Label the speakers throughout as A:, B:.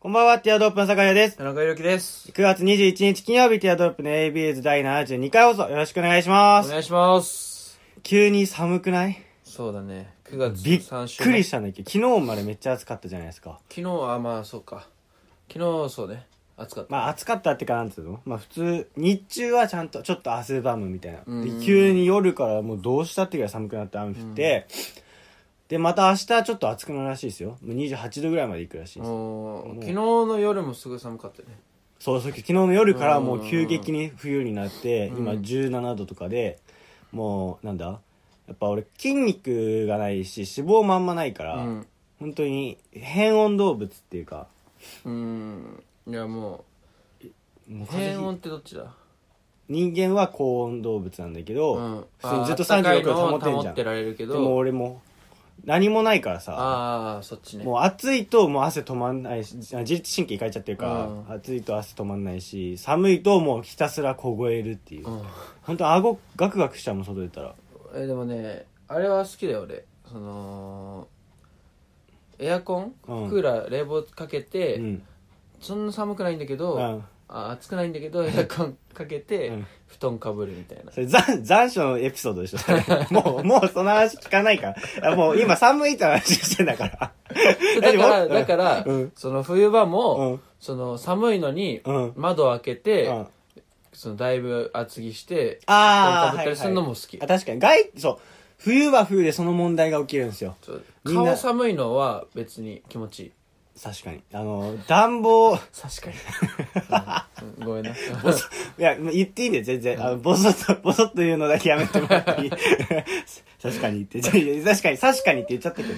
A: こんばんは、ティアドロップの坂井です。
B: 田中裕樹です。
A: 9月21日金曜日、ティアドロップの ABS 第72回放送、よろしくお願いしま
B: お
A: す。
B: 願いします。
A: 急に寒くない
B: そうだね。9月
A: びっ
B: 3週
A: くりしたんだけど、昨日までめっちゃ暑かったじゃないですか。
B: 昨日はまあそうか。昨日そうね。暑かった。
A: まあ暑かったってかなんつうのまあ普通、日中はちゃんとちょっと汗ばむみたいな。
B: う
A: で
B: ん、
A: 急に夜からもうどうしたってぐらい寒くなって雨降って、で、また明日ちょっと暑くなるらしいですよ。もう28度ぐらいまで行くらしいです。
B: もう昨日の夜もすごい寒かったね。
A: そうそう、昨日の夜からもう急激に冬になって、
B: うん
A: 今17度とかで、もうなんだやっぱ俺筋肉がないし脂肪もあんまないか
B: う
A: ら、
B: ん。
A: 本当に変温動物っていうか、
B: うん。いやも
A: もう
B: う、
A: 完全に
B: 変温ってどっちだ
A: 人間は高温動物なんだけど、
B: うん。
A: 普通にずっと
B: あったかい
A: 36度
B: の
A: 保
B: を
A: ってんじゃん。
B: てられるけ
A: でも
B: ど。
A: 俺も何もないからさ、
B: ああ、そっちね。
A: もう暑いともう汗止まんないし、あ自律神経いかれちゃってるから、
B: うん
A: 暑いと汗止まんないし、寒いともうひたすら凍えるっていう。
B: うん。
A: 本当顎ガクガクしちゃうもん外出たら。
B: え、でもね、あれは好きだよ俺。その、エアコンク
A: うん
B: ーラー、冷房かけ
A: う
B: て、
A: ん。
B: そんな寒くないんだけど、
A: うん。
B: あ暑くないんだけどエアコンかけて、
A: うん
B: 布団かぶるみた いな
A: それ残、残暑のエピソードでしょそ れもう、もうその話聞かないから。あもう今寒いって話してんだから。
B: だから
A: うん
B: だから、
A: うん
B: その冬場も、
A: うん。
B: その寒いのに、
A: うん。
B: 窓を開け
A: う
B: て、
A: ん。
B: そのだいぶ厚着して布団
A: あー、
B: かぶっ
A: は
B: た
A: いは
B: りするのも
A: い。
B: 好き、
A: あ確かに。外、そう。冬は冬でその問題が起きるんですよ。
B: そう
A: みんな
B: 顔寒いのは別に気持ちいい
A: 確かに。あの、暖房、
B: 確かに、うんうんごめんな
A: いや、言っていいんだよ、全然。あの、ボソッと、ボソッと言うのだけやめてもらっていい。 確かにって。いや確かに、確かにって言っちゃった け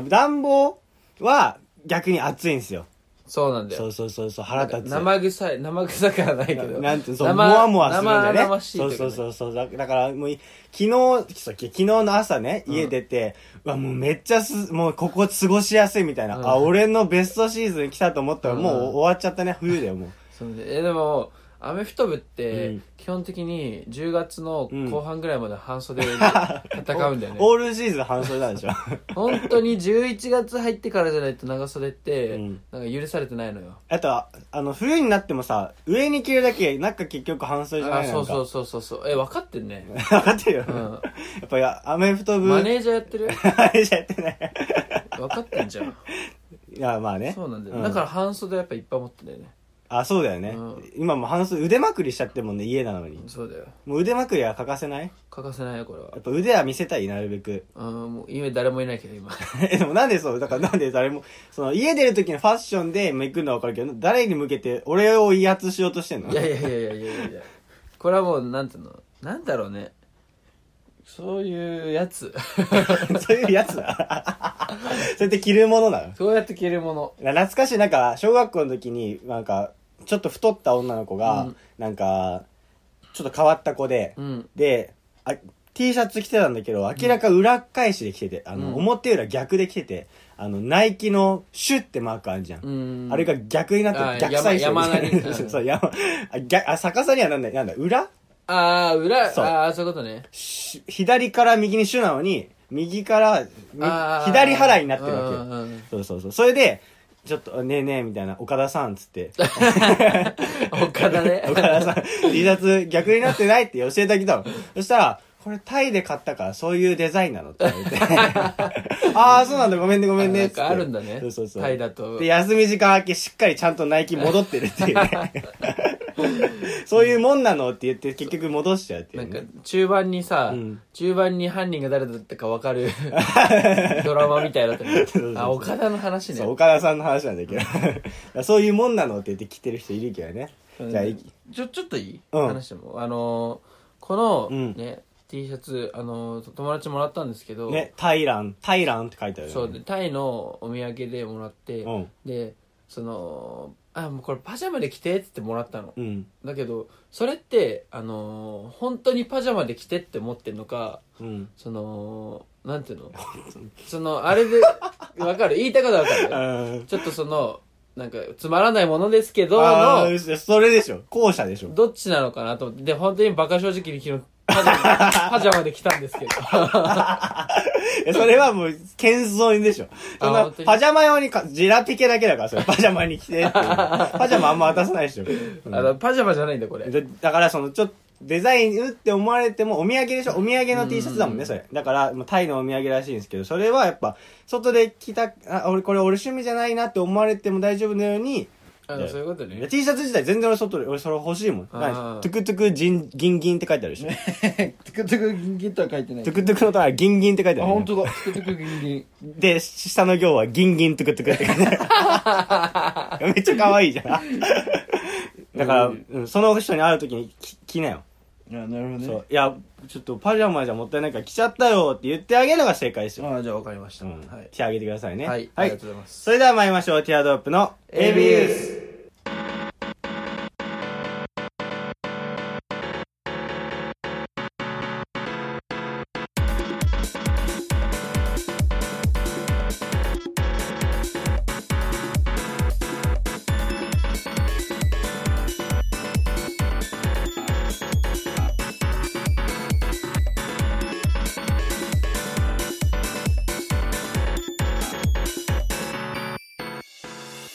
A: ど。暖房は逆に暑いんですよ。
B: そうなんだ
A: そ
B: よ
A: うそうそう、そう腹立つ。
B: 生臭い生臭くはないけど
A: なんて、そう、
B: 生
A: もわもわするんだよね。
B: 生々しいとい
A: そうう
B: かね
A: そうそうそう。だだから、もうい、昨日、そう昨日の朝ね、家出て、うわ、もうめっちゃす、もうここ過ごしやすいみたいな。
B: うん
A: あ、俺のベストシーズン来たと思ったら、
B: うん
A: もう終わっちゃったね、冬だよ、もう。
B: そうねえでもアメフト部っ
A: う
B: て
A: ん
B: 基本的に10月の後半ぐらいまで半 袖で戦うんだよね、
A: オールシーズン半袖なんでしょ。
B: 本当に11月入ってからじゃないと長袖って
A: うん
B: なんか許されてないのよ、
A: あとは、あの、冬になってもさ、上に着るだけ、なんか結局半袖じゃな
B: あ
A: い
B: そうそううそうそうそうえ分かってんね、
A: 分かってるよ。
B: う
A: や
B: ん、
A: っぱり、アメフト部、
B: マネージャーやってる
A: マネージャーやってない。
B: 分かってんじゃん
A: いや、まあね。
B: そうなんだよ、だから半袖やっぱいっぱい持ってんだよね
A: あ、そうだよね。
B: うん
A: 今もう半袖、腕まくりしちゃってもんね、家なのに。
B: そうだよ
A: もう腕まくりは欠かせない
B: 欠かせないよこれは
A: やっぱ腕は見せたい、なるべく。
B: うんもう今誰もいないけど今
A: え、でもなんでそう、だからなんで誰も、その、家出る時のファッションでめくるのはわかるけど、誰に向けて俺を威圧しようとしてんの
B: いやいやいやいやいやいやこれはもうなんていうのなんだろうねそういうやつ
A: そういうやつだ。 そうやって着るものなの
B: そうやって着るもの
A: 懐かしい、なんか、小学校の時に、なんか、ちょっと太った女の子が、
B: うん
A: なんか、ちょっと変わった子で、
B: うん
A: で、あ、T シャツ着てたんだけど、明らか裏返しで着てて、あの、
B: うん
A: 表裏逆で着てて、あの、ナイキのシュッってマークあるじゃん。
B: うん
A: あれが逆にな
B: あ
A: っ
B: ー
A: て、逆サイズ
B: 山山なり
A: そうそう、山、あ、逆あ逆さにはなんない、なんだ、裏
B: ああ裏
A: そう
B: ああそういうことね
A: シュ左から右にシュなのに、右からみ、
B: あー
A: 左払いになってるわけ
B: う
A: よ。
B: んうんうん
A: そうそうそう。それで、ちょっと、ねえねえ、みたいな、岡田さん、つって。
B: 他 だね
A: 岡田さん、T シャツ逆になってないって教えてあげた の。そしたら、これタイで買ったからそういうデザインなのって言われて。 ああ、そうなんだ、ごめんね、ごめんね。
B: なんかあるんだね
A: そうそうそう。
B: タイだと
A: で、休み時間明けしっかりちゃんとナイキ戻ってるって いうね。そういうもんなのって言って結局戻しちゃうってい
B: な
A: うんね、
B: か中盤にさ、
A: ん
B: 中盤に犯人が誰だったか分か るドラマみたいだったね
A: そうそう
B: あ岡田の話ね
A: そう、岡田さんの話なんだけど。だから そういうもんなのって言って来てる人いるけどね。
B: うん
A: じゃあ、い
B: ちょちょっといい、
A: うん
B: 話してもあのーこの、
A: うん
B: ね T シャツあのー友達もらったんですけど、
A: ね、タイラン、タイランって書いてあるよね
B: そうでタイのお土産でもらって、
A: うん
B: でそのあもうこれパジャマで着てって言ってもらったの
A: うん。
B: だけどそれってあのー本当にパジャマで着てって思ってんのか
A: うん。
B: そのなんていう のそのあれでわかる言いたいことわかる
A: うん。
B: ちょっとそのなんかつまらないものですけど
A: あ
B: の
A: ーそれでしょ。後者でしょ。
B: どっちなのかなと思ってで本当にバカ正直に昨日パ ジャマパジャマで来たんですけど。
A: えそれはもう、謙遜でしょ。そん
B: あ
A: な、
B: 本当に
A: パジャマ用にか、ジラピケだけだから、それ。パジャマに着てっていう。パジャマあんま渡さないでしょ。うん
B: あの、パジャマじゃないんだ、これ。
A: でだから、その、ちょっと、デザインうって思われても、お土産でしょお土産の T シャツだもんね、それ。だから、まあタイのお土産らしいんですけど、それはやっぱ、外で着た、あ、俺、これ俺趣味じゃないなって思われても大丈夫なように、
B: あの、そういうこと
A: い
B: ね
A: や。T シャツ自体全然俺外で、俺それ欲しいもん。
B: あー
A: 何トゥクトゥクジン、ギンギンって書いてあるでしょ。
C: トゥクトゥクギンギンとは書いてない
A: トゥクトゥクのとはギンギンって書いて
C: あ
A: あるよね、
C: 本当だトゥクトゥクギンギン
A: で、下の行はギンギントゥクトゥクって書いてあ るめっちゃ可愛いじゃん。だから、うんその人に会うときにき着なよ。
C: あなるほ
A: そ
C: どね
A: う。いや、ちょっとパジャマじゃもったいないから着ちゃったよって言ってあげるのが正解ですよ。
C: ああじゃあわかりました
A: う
C: は
A: ん。
C: い
A: 着てあげてくださいね。
B: はい、ありがとうございます。
A: それでは参りましょう。ティアドロップの
B: ABS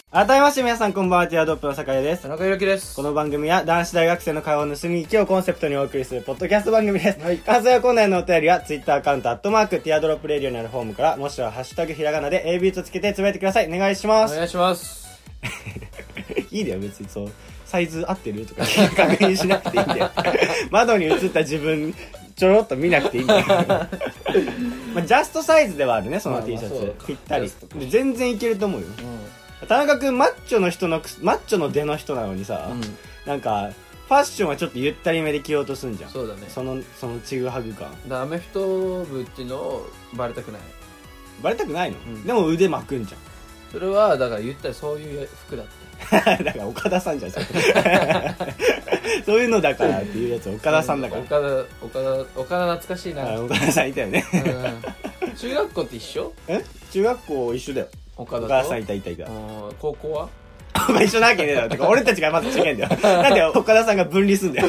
A: 改めまして皆さんこんばんは。ティアドロップの酒井です
B: 田。中裕樹です。
A: この番組は男子大学生の会話を盗み聞きをコンセプトにお送りするポッドキャスト番組です。
C: はい
A: 感想やコーナーへのお便りはツイッターアカウント、アットマーク、ティアドロップレディオにあるフォームから、もしくはハッシュタグひらがなで AB とつけてつぶやいてください。お願いしま
B: お
A: す。
B: 願いします。
A: いいだよ、別にそう。サイズ合ってるとか確認しなくていい んだよ。窓に映った自分、ちょろっと見なくていい んだよ。まあ、ジャストサイズではあるね、その T シ
C: まあ
A: ャ
C: まあそう
A: ツ
C: だ。
A: ぴったり
C: ジャス。
A: で全然いけると思うよ。
C: う
A: 田中君マッチョの人のくすマッチョの出の人なのにさ、
C: ん
A: なんかファッションはちょっとゆったりめで着ようとすんじゃんそ
B: そうだね。
A: のそのちぐはぐ感
B: だからアメフト部っていうのをバレたくない。
A: バレたくないの、
B: ん
A: でも腕巻くんじ
B: それは、だから言ったらそういう服だって。
A: ゃん だから岡田さんじゃんそれそういうのだからっていうやつ岡田さんだから
B: 岡田、岡田、岡田懐かしいな。
A: あ
B: う
A: 岡田さんいたよね
B: ん中学校って一緒
A: え中学校一緒だよ
B: 岡田と。
A: 岡田さんいたいたいた
B: うん高校は
A: お前一緒なわけねえだろてか俺た ちがまず違えんだよなんで岡田さんが分離すん だよ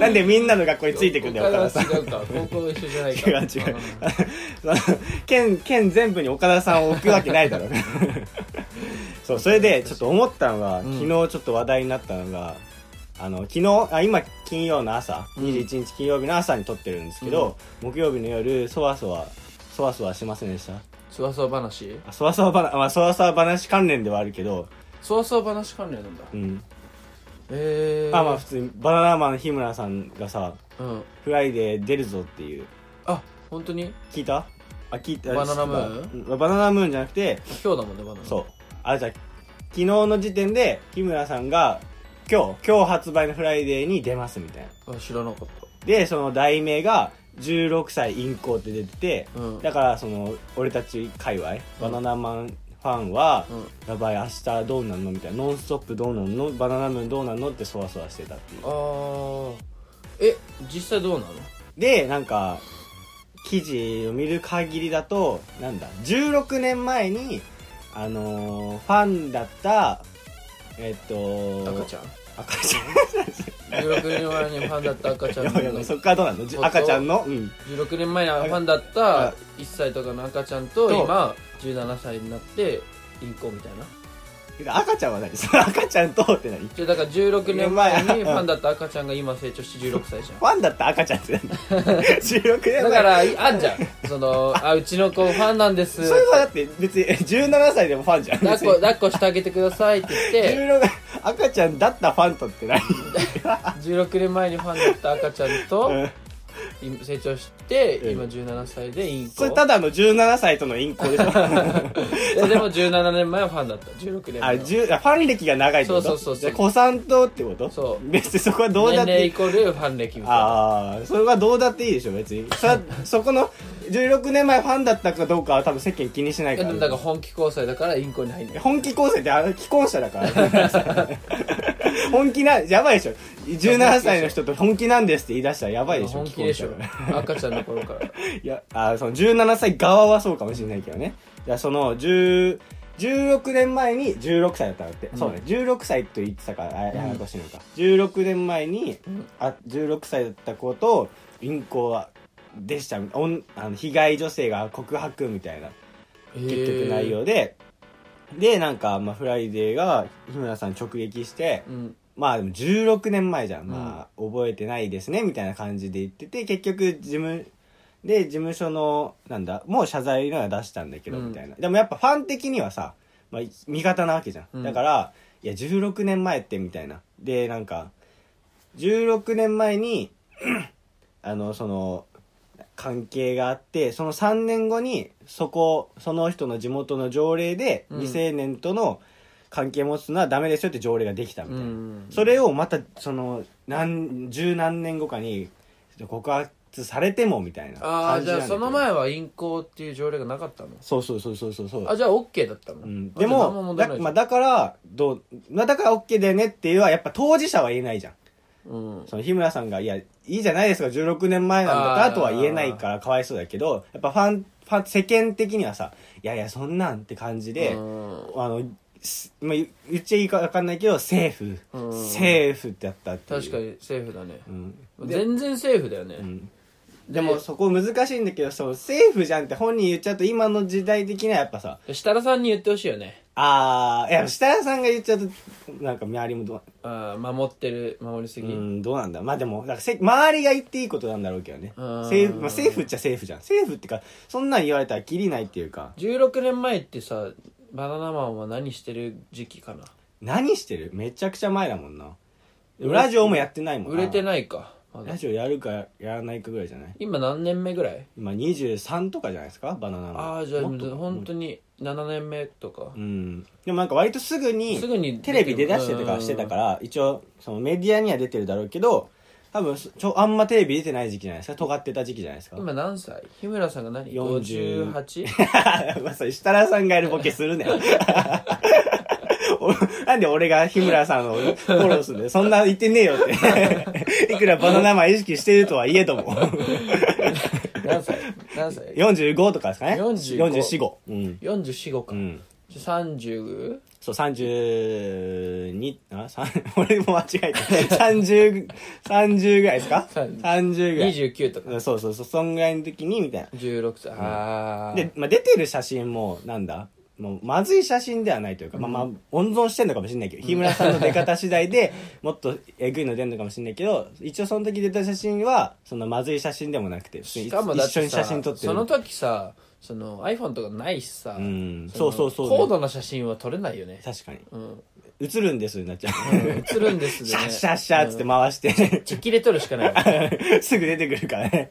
A: なんでみんなの学校についてくんだよ岡田さん
B: 岡は違うか。高校一緒じゃないか
A: 違う
B: ら。
A: 違うその 県県全部に岡田さんを置くわけないだろう そうそれでちょっと思ったのが、
B: うん
A: 昨日ちょっと話題になったのがあの昨日あ今金曜の朝、
B: うん
A: 21日金曜日の朝に撮ってるんですけど、木曜日の夜そわそわそわそわしませんでした
B: そわそわ話
A: あそわそわばな、まあ、そわそわ話関連ではあるけど、
B: そわそわ話関連なんだ。
A: うん
B: えー。
A: まあまあ普通にバナナマン日村さんがさ
B: うん。
A: 「フライデー出るぞ」っていう
B: あ、本当に
A: 聞いたあ聞いた
B: バナナム
A: ーンバナナムーンじゃなくて
B: 今日だもんね、バナナ。
A: そう。あ、じゃあ昨日の時点で、日村さんが、今日、今日発売のフライデーに出ますみたいな。
B: あ知らなかった。
A: で、その題名が、16歳インコって出てて、
B: うん
A: だからその、俺たち界隈、バナナマンファンは、
B: う
A: やばい、明日どうなんのみたいな、ノンストップどうなんのバナナムーンどうなんのってそわそわしてたっていう。
B: あーえ実際どうなの
A: で、なんか、記事を見る限りだと、なんだ、16年前に、あのーファンだった、えっと、
B: 赤ちゃん
A: 赤ちゃん
B: 16年前にファンだった赤ちゃんの
A: いやいやそっからどうなんのじゅ赤ちゃんの、うん、
B: 16年前にファンだった
A: は
B: 1歳とかの赤ちゃんと
A: と
B: 今17歳になってインコみたいな
A: 赤ちゃんは何その赤ちゃんとって何フ
B: じゃあだから16年前にファンだった赤ちゃんが今成長して16歳じゃん
A: ァンだった赤ちゃんって何 ?16 年前
B: だからいあんじゃんそのあうちの子ファンなんです
A: それはだって別に17歳でもファンじゃん
B: 抱っ
A: 別
B: こ
A: に
B: 抱っこしてあげてくださいって言って
A: 16赤ちゃんだったファンとって何
B: 16年前にファンだった赤ちゃん と
A: うん
B: 今成長して
A: うん
B: 今17歳でインコ
A: それただの17歳とのインコでしょ
B: いやでも17年前はファンだった16年前
A: あ
B: は
A: じゅファン歴が長いってこと
B: そうそうそうそう
A: じゃあ子さんとってこと
B: そう
A: 別にそこはどうだっ
B: 年齢
A: て
B: イコールファン歴みたいな
A: ああそれはどうだっていいでしょ別にそそこの16年前ファンだったかどうかは多分世間気にしない
B: い
A: か
B: や
A: ら
B: でもだから本気交際だからインコに入んない
A: 本気構成ってあの既婚者だから 本気なやばいでしょ17歳の人と本気なんですって言い出したらやばいでしょ
B: 本気でしょ
A: 既婚者
B: 赤ちゃんの 頃から
A: いやあーその17歳側はそうかもしれないけどねいやその10 16年前に16歳だったんだって、
B: ん
A: そうね16歳と言ってたからあややこしいのか、16年前にあ16歳だった子と銀行でしたおんあの被害女性が告白みたいな結局内容で、でなんか、まあ、フライデーが日村さん直撃して、
B: うん
A: まあでも16年前じゃん、まあ覚えてないですねみたいな感じで言ってて結局事務で事務所のなんだもう謝罪のは出したんだけど
B: うん
A: みたいな、でもやっぱファン的にはさ、まあ、味方なわけじゃん、
B: うん
A: だからいや16年前ってみたいなでなんか16年前に あのその関係があってその3年後にそこその人の地元の条例で
B: うん
A: 未成年との関係持つのはダメですよって条例ができたみ
B: う
A: たいな、
B: ん
A: それをまたその何十何年後かに告発されてもみたいな
B: ああ
A: 感じ
B: じ
A: なん
B: ゃあ
A: だけど
B: その前は陰行っていう条例がなかったの
A: そうそうそうそうそうそう
B: あじゃあ OK だったの、
A: うん、
B: あ
A: で
B: じゃあ何
A: も
B: 問題
A: だ,、
B: ないじゃん
A: まあ、だからどう、まあ、だから OK だよねっていうのはやっぱ当事者は言えないじゃん
B: うん
A: その日村さんが「いやいいじゃないですか16年前なんだか
B: あ
A: ら」
B: ー
A: とは言えないからかわいそうだけどやっぱファンファン世間的にはさ「いやいやそんなん」って感じで、
B: うん
A: あのすまあ、言言っちゃいいか分かんないけどセーフ、
B: うん
A: セーフってやったっていう
B: 確か、にセーフだね、
A: うん、
B: 全然セーフだよね、
A: うんで
B: で
A: もそこ難しいんだけどそうセーフじゃんって本人言っちゃうと今の時代的にはやっぱさ
B: 設楽さんに言ってほしいよね
A: あーいや設楽さんが言っちゃうとなんか周りもどう
B: あー守ってる守りす
A: う
B: ぎ、
A: んどうなんだまあでもなんかせ周りが言っていいことなんだろうけどねセ
B: うん
A: ーフ、まあ、セーフっちゃセーフじゃんセーフってかそんなん言われたらきりないっていうか
B: 16年前ってさバナナマンは何してる時期かな
A: 何してるめちゃくちゃ前だもんなラジオもやってないもん
B: 売れて
A: な
B: ないかまだ
A: ラジオやるかやらないかぐらいじゃない
B: 今何年目ぐらい
A: 今23とかじゃないですかバナナの
B: ああじゃあ
A: もっと
B: 本当に7年目とか
A: うん、でもなんか割とすぐに
B: すぐに
A: テレビ出だしてとかはしてたから一応そのメディアには出てるだろうけど多分そちょあんまテレビ出てない時期じゃないですか尖ってた時期じゃないですか
B: 今何歳日村さんが何
A: 40
B: 58?
A: まあそれ設楽さんがやるボケするねおなんで俺が日村さんをフォローするんだよそんな言ってねえよっていくらバナナマン意識してるとはいえども
B: 何歳何歳
A: 45とかですかね
B: 45
A: 445うん、
B: 44
A: う
B: か、
A: ん、
B: じゃあ 30?
A: そう、32、あ、三 俺も間違えた。30、30ぐらいですか
B: 30
A: ?30 ぐらい。
B: 29とか
A: うんそうそうそう、そんぐらいの時に、みたい
B: 16歳、あ
A: な。
B: あ
A: で、まあ、出てる写真も、なんだもう、まずい写真ではないというか、まあまあ、温存してんのかもしれないけど、日村さんの出方次第で、 もっとえぐいの出んのかもしれないけど、一応その時出た写真は、そのまずい写真でもなくて、普通に
B: しかもだっ
A: 一緒
B: て
A: に
B: さ
A: 写真撮って
B: そ
A: る。
B: の時さその iPhone とかないしさ、
A: うん
B: の
A: そうそうそう
B: 高度な写真は撮れないよね、
A: 確かに。
B: うん、
A: 映るんですになっちゃう。
B: 映るんで すね
A: シャッシャッシャッつって回して。
B: ち切れとるしか ない
A: すぐ出てくるからね。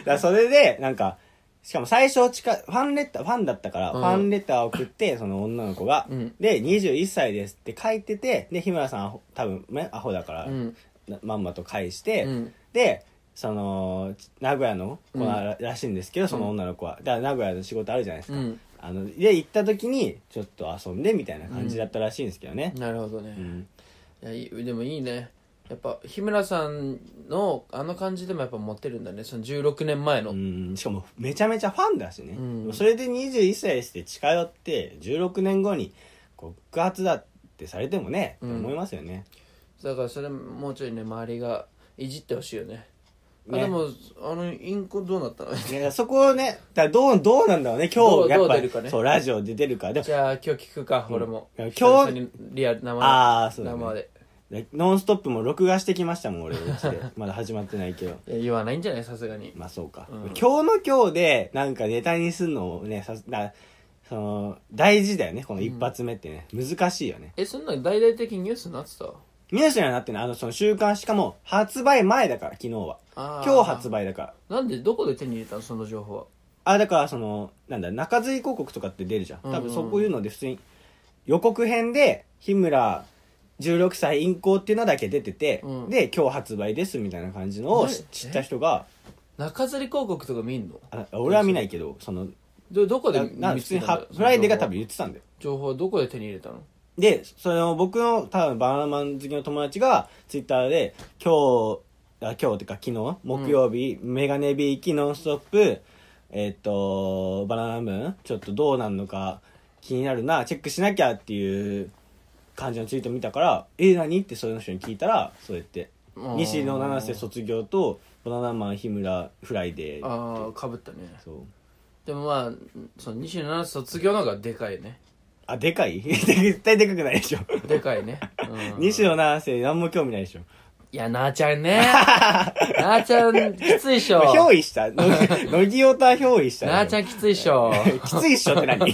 A: だからそれで、なんか、しかも最初近い、ファンレター、ファンだったから、
B: うん
A: ファンレターを送って、その女の子が、
B: うん
A: で、21歳ですって書いてて、で、日村さんアホ、多分ね、アホだから、
B: うん
A: なまんまと返して、
B: うん
A: で、その、名古屋の子ららしいんですけど、その女の子は。だから名古屋の仕事あるじゃないです
B: う
A: か。
B: ん
A: あの、で、行った時に、ちょっと遊んでみたいな感じだったらしいんですけどね。
B: なるほどね、
A: うん
B: いやいいでもいいねやっぱ日村さんのあの感じでもやっぱモテるんだねその16年前の、
A: うんしかもめちゃめちゃファンだしね、
B: うん
A: それで21歳ですって近寄って16年後に告発だってされてもね、
B: うん
A: って思いますよね
B: だからそれもうちょいね周りがいじってほしいよねあ
A: ね
B: でもあのインコどうなったの
A: ねそこをねだからどうどうなんだろうね今
B: ど
A: 日
B: う
A: やっ
B: ど
A: ぱ
B: う出るかね
A: そうラジオで出るかでも
B: じゃあ今日聞くか、俺も
A: いや今日
B: 久々にリアル生で
A: ああそうだ、
B: 生
A: ね
B: で
A: で「ノンストップ!」も録画してきましたもん俺うちで まだ始まってないけど
B: いや言わないんじゃないさすがに
A: まあそうか、
B: うん
A: 今日の今日でなんかネタにすんのをねさだその大事だよねこの一発目ってね、難しいよね
B: えそんなの大々的にニュースになってた
A: ニュースにはなってない。あの、その週刊しかも、発売前だから、昨日は。
B: あー
A: 今日発売だから。
B: なんでどこで手に入れたのその情報は
A: あ、だからその、なんだ、中継り広告とかって出るじゃん。多分
B: うんうん
A: そ
B: うん
A: ういうので普通に、予告編で、日村16歳陰行っていうのだけ出てて、
B: うん
A: で、今日発売ですみたいな感じのを
B: ね
A: 知知った人が、
B: 中吊り広告とか見んの
A: あ俺は見ないけど、その、
B: どどこで
A: なな
B: 見
A: 普
B: つ
A: 通に
B: けた
A: は
B: の、
A: フライデーが多分言ってたんだよ。
B: 情報はどこで手に入れたの
A: で、その僕の多分バナナマン好きの友達がツイッターで今日、あ今日ってか昨日、木曜日、メガネビーキノンストップ、えっと、バナナムーン、ちょっとどうなんのか、き気になるなチェックしなきゃっていう感じのツイート見たから「え何?」ってその人に聞いたらそうやって
B: うん
A: 西野七瀬卒業とバナナマン日村フライデー
B: ああかぶったね
A: そう
B: でもまあその西野七瀬卒業の方がでかいね
A: あでかい 絶対でかくないでしょ
B: でかいね、うん、
A: 西野七瀬何も興味ないでしょ
B: いやなあちゃ んねなあちゃんきついっしょ
A: 憑依 したの乃木オタ憑依した
B: なあちゃんきついっし ょ
A: きついっしょ って何
B: な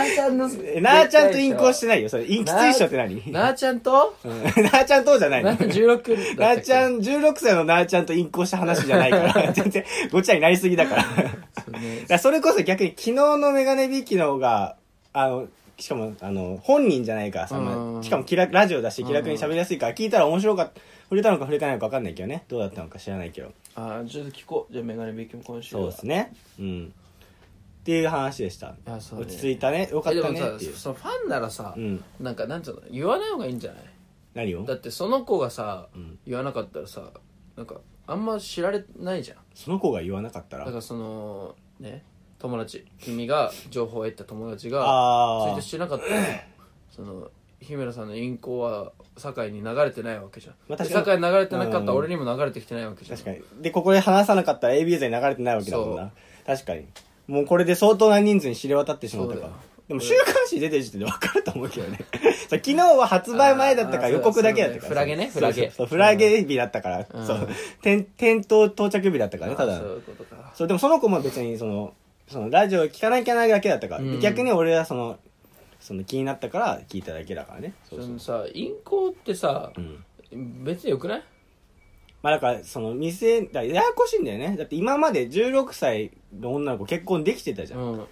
B: あちゃんの
A: えなあちゃんとインコしてないよそれインきついっしょって何
B: なあちゃんと
A: うんなあちゃんとじゃない
B: な
A: の
B: あちゃん16
A: なあ
B: だったっけ
A: ちゃん、16歳のなあちゃんとインコした話じゃない から、全然ごちゃになりすぎだから。だか
B: そうね
A: らそれこそ逆に昨日のメガネビーキの方が、あの、しかも、あの、本人じゃないからさ、
B: うん
A: まあしかも気楽、ラジオだし気楽に喋りやすいから、聞いたら面白かった、触れたのか触れてないのか分かんないけどね。どうだったのか知らないけど。
B: あーちょっと聞こうじゃあメガネビーキも今週は
A: そうですね。うん。っていう話でした。
B: いやそうね
A: 落ち着いたね。よかっ
B: えで
A: た
B: も
A: ね
B: さ
A: っていう。
B: そのファンならさ、
A: うん。
B: なんかなんつうの言わない方がいいんじゃない
A: 何を
B: だってその子がさ、
A: ん
B: 言わなかったらさなんかあんま知られないじゃん
A: その子が言わなかったら。
B: だからそのね友達君が情報を得た友達がツイー
A: あ
B: ト
A: あ。
B: してなかったらその日村さんのインコは堺に流れてないわけじゃん、
A: まあ確かに
B: 堺に流れてなかったら
A: うん
B: 俺にも流れてきてないわけじゃん
A: 確かにでここで話さなかったら ABS に流れてないわけだもんな確かにもうこれで相当な人数に知れ渡ってしまったか
B: そう
A: ら
B: だよ
A: でも週刊誌出てる時点で分かると思うけ どねそう昨日は発売前だったか
B: あ
A: ら
B: ー
A: 予告だけだったから
B: そうだねフラゲね
A: そうそう
B: フラゲ
A: そうフラゲ日だったから、
B: ん
A: そう店店頭到着日だったからねた
B: あ
A: だ
B: そういうことか
A: そうでもその子も別にそのそのラジオ聞かなきゃないだけだったから、で
B: うん
A: 逆に俺はそのその気になったから聞いただけだからねそうそう
B: そのさインコってさ、
A: うん
B: 別によくない
A: まあだから、その未成、だからややこしいんだよね。だって今まで16歳の女の子結婚できてたじゃん。
B: うん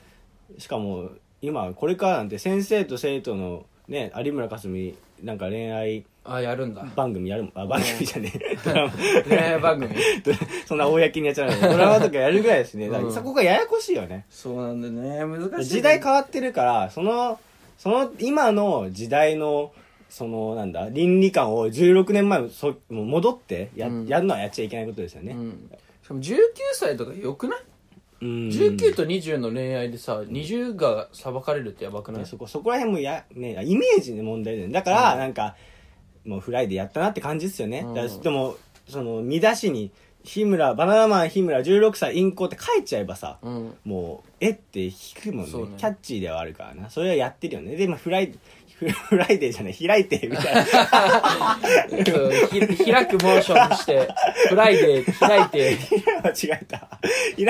A: しかも、今、これからなんて先生と生徒のね、有村架純、なんか恋愛
B: あやるんだ
A: 番組やるもん。あ、番組じゃね え。ドラマ
B: 恋愛番組
A: そんな公にやっちゃうドラマとかやるぐらいですね。だから
B: うん
A: そこがややこしいよね。
C: そうなんだよね難しい
A: 時代変わってるから、その、その、今の時代の、その、なんだ、倫理観を16年前もそもう戻ってや、
B: うん
A: やるのはやっちゃいけないことですよ
B: う
A: ね。
B: んしかも19歳とかよくない
A: うん
B: 19と20の恋愛でさ20が裁かれるってやばくない
A: ねそこそこら辺もや、ね、イメージの問題だよねだから、なんかもうフライでやったなって感じですよね、
B: うん
A: だからでもその見出しに「日村バナナマン日村16歳インコ」って書いちゃえばさ、
B: うん
A: もうえって引くもん
B: そう
A: ね
B: ね
A: キャッチーではあるからなそれはやってるよねで今フライ フフライデーじゃない開いてみたいな
B: そうひ開くモーションしてフライデー開いて
A: 間違えた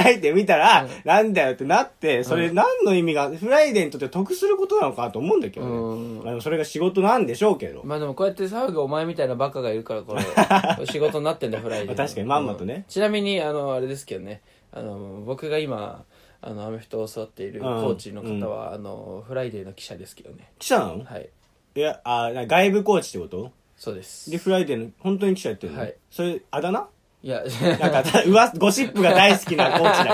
A: 開いてみたら、なんだよってなってそれ何の意味が、フライデーにとって得することなのかなと思うんだけどね、
B: うん
A: まあ、でもそれが仕事なんでしょうけど、
B: まあでもこうやって騒ぐお前みたいなバカがいるからこ れ仕事になってんだよフライデー
A: まあ確かにまんまとね
B: うんちなみにあのあれですけどねあの僕が今あのアメフトを教わっている
A: うん
B: コーチの方は、あのフライデーの記者ですけどね
A: 記者なの
B: はい
A: いや、あな外部コーチってこと
B: そうです
A: で、フライデーの、本当に記者やってるの、
B: はい
A: それ、あだ名
B: いや
A: なんかた、うわ、ゴシップが大好きなコーチだから、み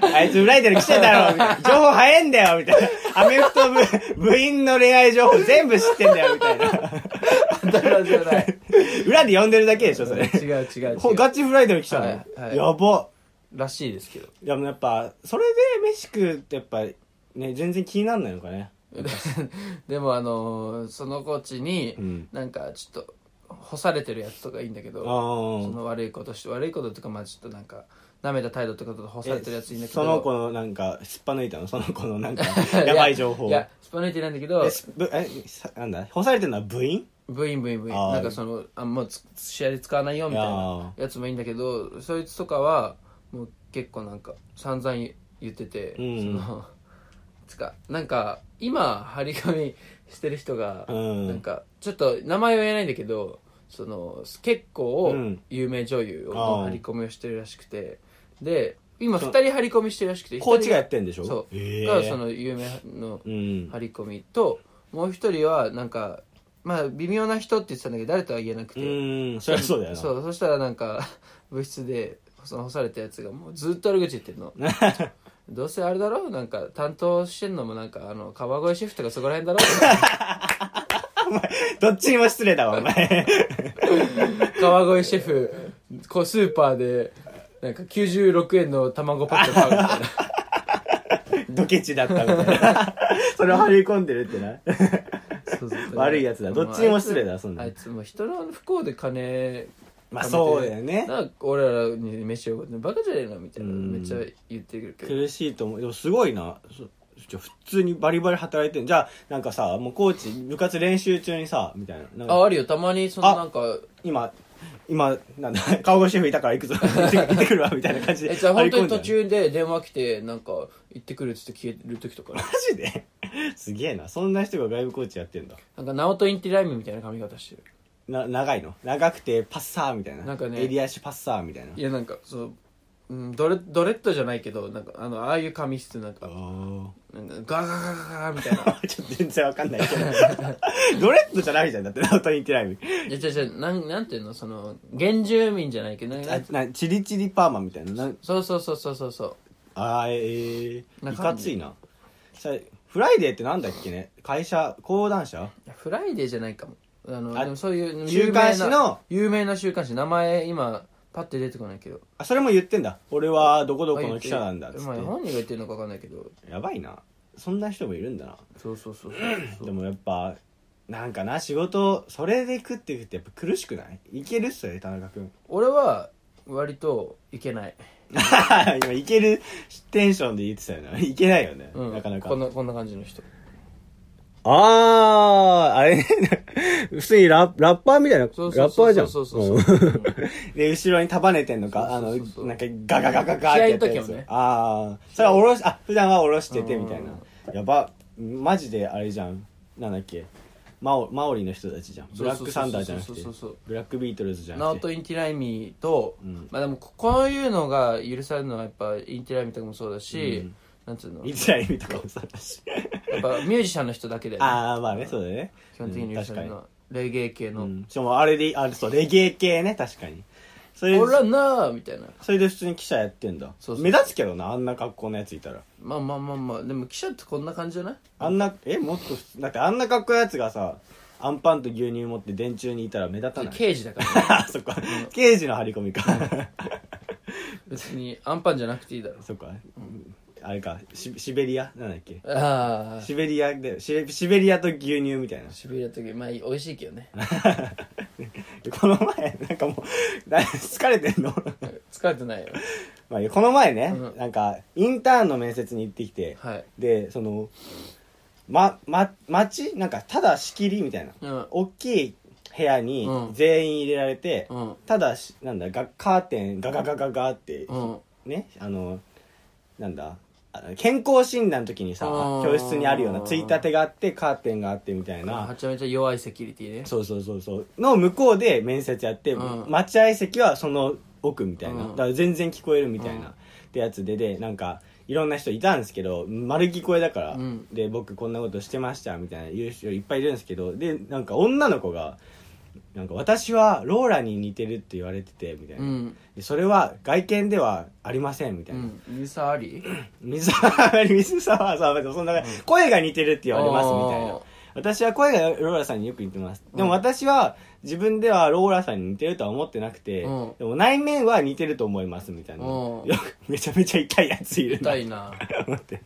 A: たいな。あいつフライデーの記者だろ、みたいな情報早いんだよ、みたいな。アメフト部、部員の恋愛情報全部知ってんだよ、みたいな。
B: だからじゃない
A: 裏で呼んでるだけでしょ、それ。
B: 違う違う違う
A: ほガチフライデーの記者なの、
B: はいはい
A: やば。
B: らしいですけど
A: いや、でもやっぱ、それで飯食うってやっぱ、ね、全然気になんないのかね。
B: でもあのーそのコーチに
A: うん
B: なんかちょっと干されてるやつとかいいんだけ
A: あ
B: ど、そ
A: ー
B: の悪いことして悪いこととかまあちょっとなんか舐めた態度とかと干されてるやついいんだけど
A: その子のなんか、すっぱ抜いたのその子のなん か、 やばい情報。
B: いやスパ抜いてないんだけど
A: えすぶえさなんだ干されてるのは部員
B: ブインブインブイン
A: あー
B: なんかそのあんまつ試合で使わないよみたいな
A: あ
B: やつもいいんだけどそいつとかはもう結構なんか散々言ってて、
A: うん
B: その つかなんか今張り紙してる人が、
A: うん
B: なんかちょっと名前は言えないんだけどその結構
A: うん
B: 有名女優を
A: あー
B: 張り込みをしてるらしくてで今2人張り込みしてるらしくて
A: コーチがやっててんでしょ
B: そう、
A: へえ
B: がその有名の
A: うん
B: 張り込みともう一人はなんかまあ微妙な人って言ってたんだけど誰とは言えなく
A: う
B: て、
A: ーんそりゃそうだよな
B: そうそしたらなんか部室でその干されたやつがもうずっと悪口言って んのどうせあれだろなんか担当してんのもなんかあの川越シェフとかそこら辺だろ
A: どっちにも失礼だわお 前
B: 川越シェフこうスーパーでなんか96円の卵パック買うみたいな
A: ドケチだったみたいな。 それを張り込んでるってな。
B: そうそう
A: 悪いやつだどっちにも失礼だそんな
B: あいつも人の不幸で金
A: まあそうだよね。
B: なんか俺らに飯を奢ってバカじゃねえのみたいな
A: うん
B: めっちゃ言ってくるけど
A: 苦しいと思う。でもすごいな。そじゃあ普通にバリバリ働いてんじゃあなんかさもうコーチ部活練習中にさみたいななんか
B: ああるよたまにそのなんか
A: 今今なんだ 顔越シェフいたから行くぞ 行って行ってくるわみたいな感じで
B: えじゃあ本当
A: 張
B: に途
A: り込んで
B: 中で電話来てなんか行ってくるっつって消える時と かある
A: るマジですげえなそんな人が外部コーチやってんだ
B: なんか直人インティライムみたいな髪型してる
A: な長いの長くてパッサーみたいな
B: なんかね
A: 襟足パッサーみたいない
B: やなんかそう、うん、ドレドレッドじゃないけどなんかあのああいう髪質なん
A: あ
B: か
A: ー
B: なんかガーガーガーガーみたいな
A: ちょっと全然わかんないけど ドレッドじゃないじゃんだってナオトインティライミ
B: いや違う違うなんなんていうのその原住民じゃないけどなん
A: あ
B: か
A: なチリチリパーマみたいなな
B: そうそうそうそうそうそう
A: あーえー、
B: ないんか
A: かついなさフライデーってなんだっけね会社講談社
B: いやフライデーじゃないかもあの
A: あ
B: でもそういう
A: 週刊誌の
B: 有名な有名な週刊誌名前今パッて出てこないけど
A: あそれも言ってんだ俺はどこどこの記者なんだっつっ
B: まあ
A: て
B: 本人が言ってるのか分かんないけど
A: やばいなそんな人もいるんだな
B: そうそうそうそ う
A: でもやっぱなんかな仕事それで食っていくってやっぱ苦しくないいけるっすよね田中君
B: 俺は割といけない、
A: 今いけるテンションで言ってたよねいけないよね、
B: うん、
A: なかなか
B: こんなこんな感じの人
A: ああ、あれね、 普通にララッパーみたいな、ラ
B: そうそう
A: ッパ
B: そう
A: ーじゃん。
B: そうそうそう
A: うん で、後ろに束ねてんのか、あ
B: そ
A: の
B: うそうそうそう、
A: なんかガガガガガってやってるやつ
B: 試合の時はね
A: ああ、それはおろし、あ、普段はおろしててみたいな
B: う。
A: やば、マジであれじゃん。なんだっけ。マオマオリの人たちじゃん。ブラックサンダーじゃなくて
B: そうそうそうそうそう、
A: ブラックビートルズじゃ
B: ナ
A: な
B: オ
A: くて。
B: ト・インティライミと、
A: うん
B: まあでもここういうのが許されるのはやっぱインティライミとかもそうだし、
A: うん
B: なんつ うの
A: い
B: や
A: つら意味とかもそうだし。
B: っぱミュージシャンの人だけで、
A: ああ、まあね、そうだね。
B: 基本的に
A: うん
B: 許さ
A: 確
B: れ
A: か
B: る
A: に
B: の。は、レゲエ系
A: う
B: の
A: ん。しかもあれで、あれそう、レゲエ系ね、確かに。そ
B: 「
A: れ
B: オラなー」みたいな
A: それで普通に記者やってんだ
B: そうそう
A: 目立つけどなあんな格好のやついたら
B: まあまあまあまあでも記者ってこんな感じじゃない
A: あんなえもっと普通だってあんな格好のやつがさアンパンと牛乳持って電柱にいたら目立たない
B: 刑事だから、ね、
A: あ そっか刑事の張り込みか
B: 別にアンパンじゃなくていいだろ
A: そっかあれかシシベリアなんだっけ
B: ああ
A: シベリアでシシベリアと牛乳みたいな
B: しびれた時まあ美味しいけどね
A: この前なんかもうな 疲れてんの
B: 疲れてないよ
A: まあいいよこの前ね、
B: うん
A: なんかインターンの面接に行ってきて、
B: はい
A: でそのまま町なんかただ仕切りみたいな
B: うん
A: 大きい部屋に
B: うん
A: 全員入れられて、
B: うん
A: ただしなんだがカーテンガガガガガって、
B: うん
A: ねあのなんだあの健康診断の時にさ
B: あー
A: 教室にあるようなついたてがあってカーテンがあってみたい
B: は
A: な
B: ちゃめちゃ弱いセキュリティね
A: そうそうそうそうの向こうで面接やって、
B: うん
A: 待合席はその奥みたいな、
B: うん
A: だから全然聞こえるみたいな、
B: うん
A: ってやつででなんかいろんな人いたんですけど丸聞こえだから、
B: うん
A: で僕こんなことしてましたみたいな言う人いっぱいいるんですけどでなんか女の子が「なんか私はローラに似てるって言われてて」みたいな、
B: うん
A: でそれは外見ではありません」みた
B: う
A: いな。
B: ん水沢あり
A: 水沢、水沢さん、そんな、声が似てるって言われますみたい
B: あ
A: な
B: ー。
A: 私は声がローラさんによく似てます。で
B: うん
A: も私は自分ではローラさんに似てるとは思ってなくて、
B: うん
A: でも内面は似てると思いますみたいな。
B: うん
A: よくめちゃめちゃ痛いやついるな
B: 痛いな
A: と思って。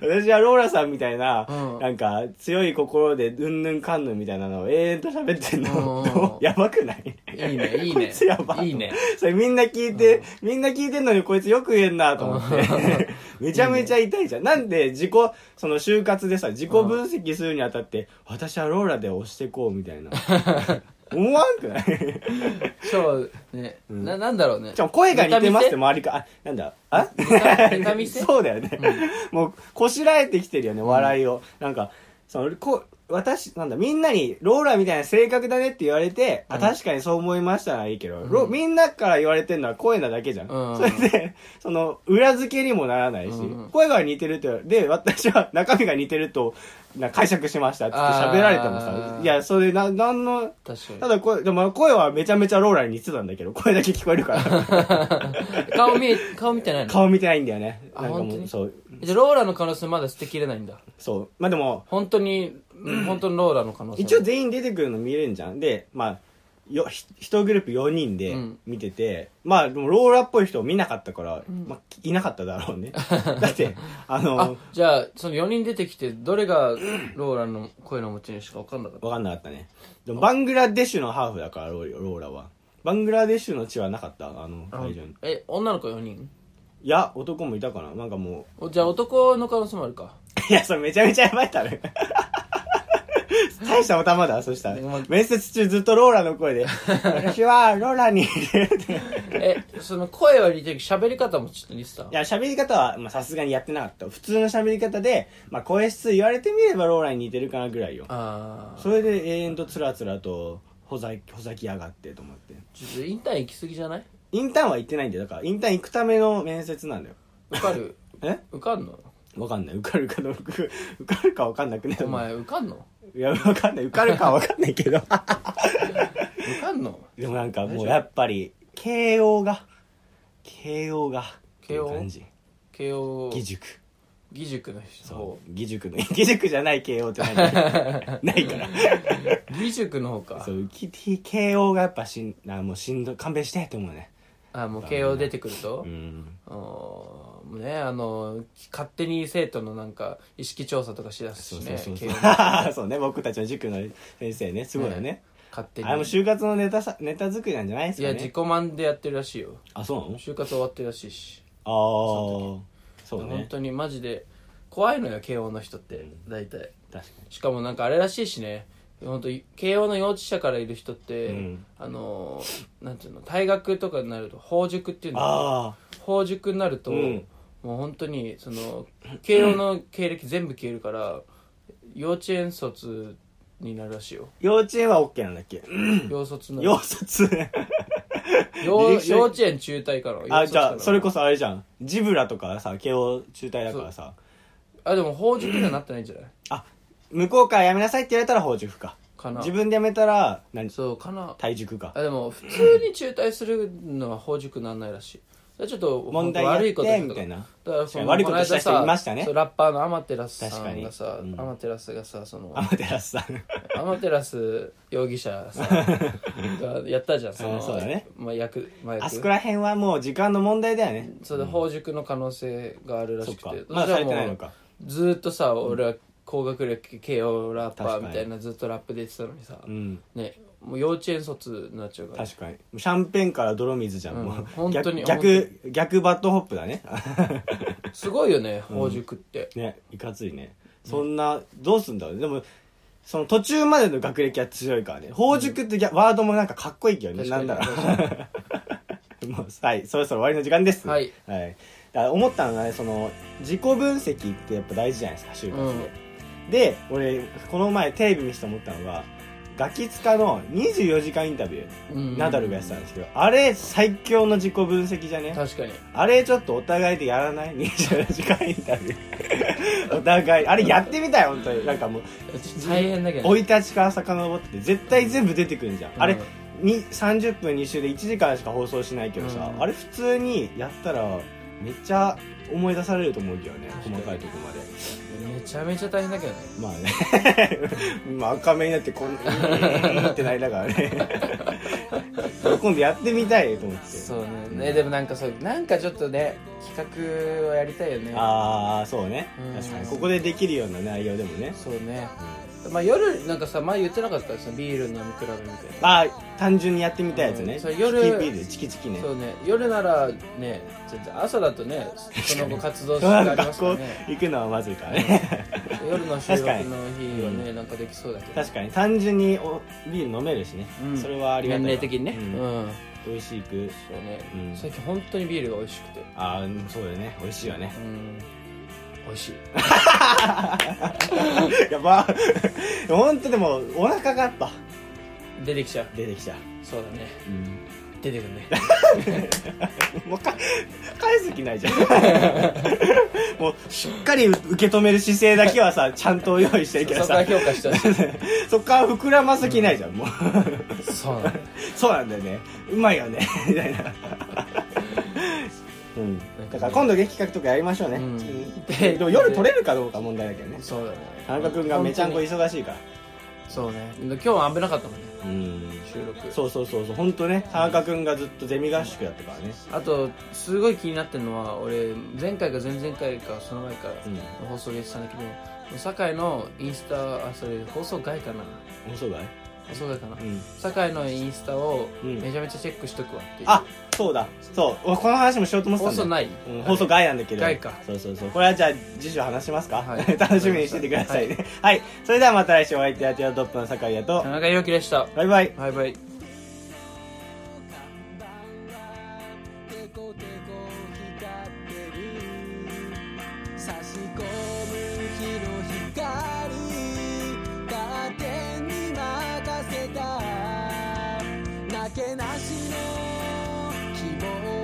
A: 私はローラさんみたいな、
B: うん
A: なんか強い心でうんぬんかんぬんみたいなのを永遠と喋ってん
B: う
A: の。
B: ん
A: で もやばくない
B: い いねいい
A: こい
B: ね
A: つやば
B: いいね
A: それみんな聞いて、みんな聞いてんのにこいつよく言えんなと思って。 めちゃめちゃ痛いじゃん。なんで自己、その就活でさ、自己分析するにあたって、私はローラで押してこうみたいな。 思わんくない
B: 超ね、ななんだろうね
A: しかも声が似てますって
B: ネ
A: 周りから、あ、なんだ、あ
B: タ見せネタ見せ
A: そうだよね。もう、こしらえてきてるよね、笑いを。なんか、その、こ私、なんだ、みんなに、ローラみたいな性格だねって言われて、
B: う
A: あ、
B: ん
A: 確かにそう思いましたならいいけど、ロみんなから言われてるのは声なだけじゃん。
B: うん
A: それで、 その、裏付けにもならないし、
B: うん
A: 声が似てるって言われ、で、私は中身が似てると、なんか解釈しましたっつって喋られても
B: あ
A: さ、
B: ー
A: いや、それ、な、なんの、
B: 確
A: た
B: か
A: だ声、でも声はめちゃめちゃローラに似てたんだけど、声だけ聞こえる から。
B: に顔見え顔見てない の
A: 顔見てないんだよね。
B: あ
A: なんか
B: 本当
A: も
B: に
A: う、そう、
B: じゃあローラの可能性まだ捨てきれないんだ
A: そう。まあでも、
B: 本当に、うん本当にローラの可能性
A: 一応全員出てくるの見れるんじゃん。で、まあ、よひ一グループ4人で
B: うん
A: 見てて、まあでもローラーっぽい人を見なかったから、
B: ん
A: まあ、いなかっただろうね だってあ
B: あ
A: の
B: じゃあその4人出てきてどれがローラの声の持ち主か分かんなかった
A: 分かんなかったねでもバングラデシュのハーフだからローローラはバングラデシュの血はなかったあの会場に
B: え女の子4人
A: いや男もいたかななんかも
B: おじゃあ男の可能性もあるか
A: ういやそれめちゃめちゃやばいったね大したお玉だそしたら
B: でも
A: 面接中ずっとローラの声で「私はローラに」
B: えその声は似てるけど喋り方もちょっと似てた
A: いや、喋り方は、まあ、さすがにやってなかった。普通の喋り方で、まあ、声質言われてみればローラに似てるかなぐらいよ。
B: ああ
A: それで永遠とつらつらと、ほざき、ほざきやがってと思って。
B: ちょっとインターン行き過ぎじゃない
A: インターンは行ってないんだよ。だから、インターン行くための面接なんだよ。
B: 受 かる
A: え
B: 受かんの
A: わかんない。受かるかどうか、受かるかわかんなくね。
B: お。前受かんの
A: いや、わかんない。受かるかわかんないけど。
B: 受かんの
A: でもなんかもう、やっぱり、慶応が、慶応が、
B: 慶応
A: っていう感じ。
B: 慶応
A: 義塾。
B: 義塾の人
A: そう。義塾の、 義塾じゃない慶応って ないから。ないから。
B: 義塾の方か
A: そう、き TKO がやっぱしん、あもうしんどい、勘弁してって思うね。
B: あもう慶応出てくると
A: うん。
B: あーもうねあの勝手に生徒のなんか意識調査とかしだす
A: そ
B: し
A: うそう そう
B: ね
A: そ
B: 慶
A: う。
B: 応
A: そうね、僕たちの塾の先生ね、すごいよね。
B: 勝手に
A: あれも就活のネタさ、ネタ作りなんじゃないです
B: い
A: か
B: や
A: ね。
B: 自己満でやってるらしいよ
A: あ、そうなの
B: 就活終わってるらしいし
A: ああ、そう
B: 本
A: ね。
B: 当にマジで怖いのよ慶応の人って大体
A: 確かに。
B: しかもなんかあれらしいしね本当慶応の幼稚舎からいる人って、
A: うん
B: あのーなんていうの退学とかになると法塾っていうの
A: あ
B: 法塾になると、
A: うん
B: もう本当にその慶応の経歴全部消えるから、幼稚園卒になるらしいよ
A: あ、幼稚園は OK なんだっけ
B: 幼卒 の
A: 幼卒。
B: 幼
A: 履歴書
B: 幼稚園中退から幼
A: あ、
B: 卒
A: じゃ
B: か
A: あ、
B: ら
A: それこそあれじゃん。ジブラとかさ、慶応中退だからさ。
B: あでも法塾にはなってないんじゃない
A: あ、向こうからやめなさいって言われたら法塾か。
B: かな
A: 自分でやめたら、何
B: そうかな
A: 体塾か。
B: あでも普通に中退するのは法塾なんないらしいだからちょっと
A: 問題や
B: 悪
A: っ
B: いことしてた
A: み
B: とか
A: たいな
B: だからその
A: 確かに悪いことした人
B: この間さ
A: いましたね
B: そうラッパーのアマテラスさ
A: 確か
B: ん
A: に
B: がさ、
A: うん
B: アマテラスがさその
A: アマテラスさん
B: アマテラス容疑者 さがやったじゃんその
A: うんそうだね
B: まあ、役麻薬
A: あそこら辺はもう時間の問題だよね
B: それで法塾の可能性があるら
A: そっ
B: しく
A: か
B: て、
A: まだ
B: そ
A: さ
B: したら
A: れ
B: も
A: て
B: う
A: ないのか
B: ずーっとさ俺は高学歴慶応ラッパーみたい
A: 確
B: なずっとラップで言ってたのにさ、
A: うん
B: ねもう幼稚園卒になっちゃうから
A: 確かにシャンペンから泥水じゃん、
B: うん
A: もう
B: 本当に
A: 逆
B: 本
A: 逆逆バッドホップだね
B: すごいよね法塾って、
A: ねいかついねそんな、どうすんだろうでもその途中までの学歴は強いからね法塾ってギャ、ワードもなんかかっこいいけどね
B: 確
A: な
B: か
A: ん
B: に
A: だろう もうはいそろそろ終わりの時間です
B: はい、
A: はい、だから思ったのはねその自己分析ってやっぱ大事じゃないですか就活で、
B: うん
A: で俺この前テレビ見せて思ったのがガキツカの24時間インタビュー、
B: うん
A: ナダルがやってたんですけどあれ最強の自己分析じゃね
B: 確かに
A: あれちょっとお互いでやらない ?24 時間インタビュー お互いあれやってみたい本当になんかもう
B: 大変だけど
A: 生い立ちから遡ってて絶対全部出てくるじゃん、あれに30分2週で1時間しか放送しないけどさ、
B: うん
A: あれ普通にやったらめっちゃ思い出されると思うけどね
B: 確かに
A: 細かいとこまで
B: めちゃめちゃ大変だけどね
A: まあね まあ赤目になってこんなにってなりながらね 今度やってみたいと思って
B: そうねねでもなんかそうなんかちょっとね企画をやりたいよね
A: ああそうね
B: うん
A: 確かにここでできるような内容でもね
B: そうね、まあ夜なんかさ前言ってなかったそのビール飲み比べみたいな
A: ああ単純にやってみたいやつね、
B: うんそ
A: チ
B: れ
A: キ
B: 夜
A: ピーでチキチキね
B: そうね夜ならね全然朝だとねその後活動してあり ま
A: 学
B: すから
A: 校
B: ね
A: 行くのはまずいからね
B: 夜の収録
A: 確
B: の
A: か
B: 日はねなんかできそうだけど
A: 確かに単純におビール飲めるしね、
B: うん
A: それはありがたい
B: 年
A: わ
B: 齢的にね
A: うん
B: うん
A: 美味しく
B: そうね
A: うん
B: 最近本当にビールが美味しくて
A: ああそうだよね美味しいよね
B: うん美味しい
A: やば本当でもお腹がやっぱ
B: 出てきちゃう
A: 出てきちゃう、
B: そうだね
A: うん、
B: 出て くるね
A: もうか返す気ないじゃん もうしっかり受け止める姿勢だけはさちゃんと用意してるけ
B: そ
A: ど
B: そこは
A: さ
B: 評価してほし い
A: そっから膨らます気ないじゃん、もう
B: そうだね
A: そうなんだよねうまいよね みたいなうん、だから今度劇企画とかやりましょうね、
B: うん
A: うんでも夜撮れるかどうか問題だけどね
B: そうだね
A: 田中君がめちゃんこ
B: 本
A: 忙しいから
B: 当にそうね今日は危なかったもんね
A: うん
B: 収録
A: そうそうそうそう本当ね田中君がずっとゼミ合宿やったからね
B: あとすごい気になってるのは俺前回か前々回かその前か
A: うん
B: の放送で言ってたんだけど、酒井のインスタあそれ放送外かな
A: 面白い
B: 放送外かな、
A: うん
B: 酒井のインスタを
A: うん
B: めちゃめちゃチェックしとくわっていう、
A: あそうだそう俺この話もしようと思って
B: 放
A: た
B: 送
A: んだよ
B: ない、
A: うん、放送外なんだけど
B: 外か
A: そうそうそうこれはじゃあ次週話しますか、
B: は い
A: 楽しみにしててくださいねはい、それではまた来週お相手はティアドロップの酒井屋と
B: 田中陽樹でした
A: バイバイ
B: バイバイ
D: テコテコ光ってる差し込む日の光カーテンに任せたなけなしの希望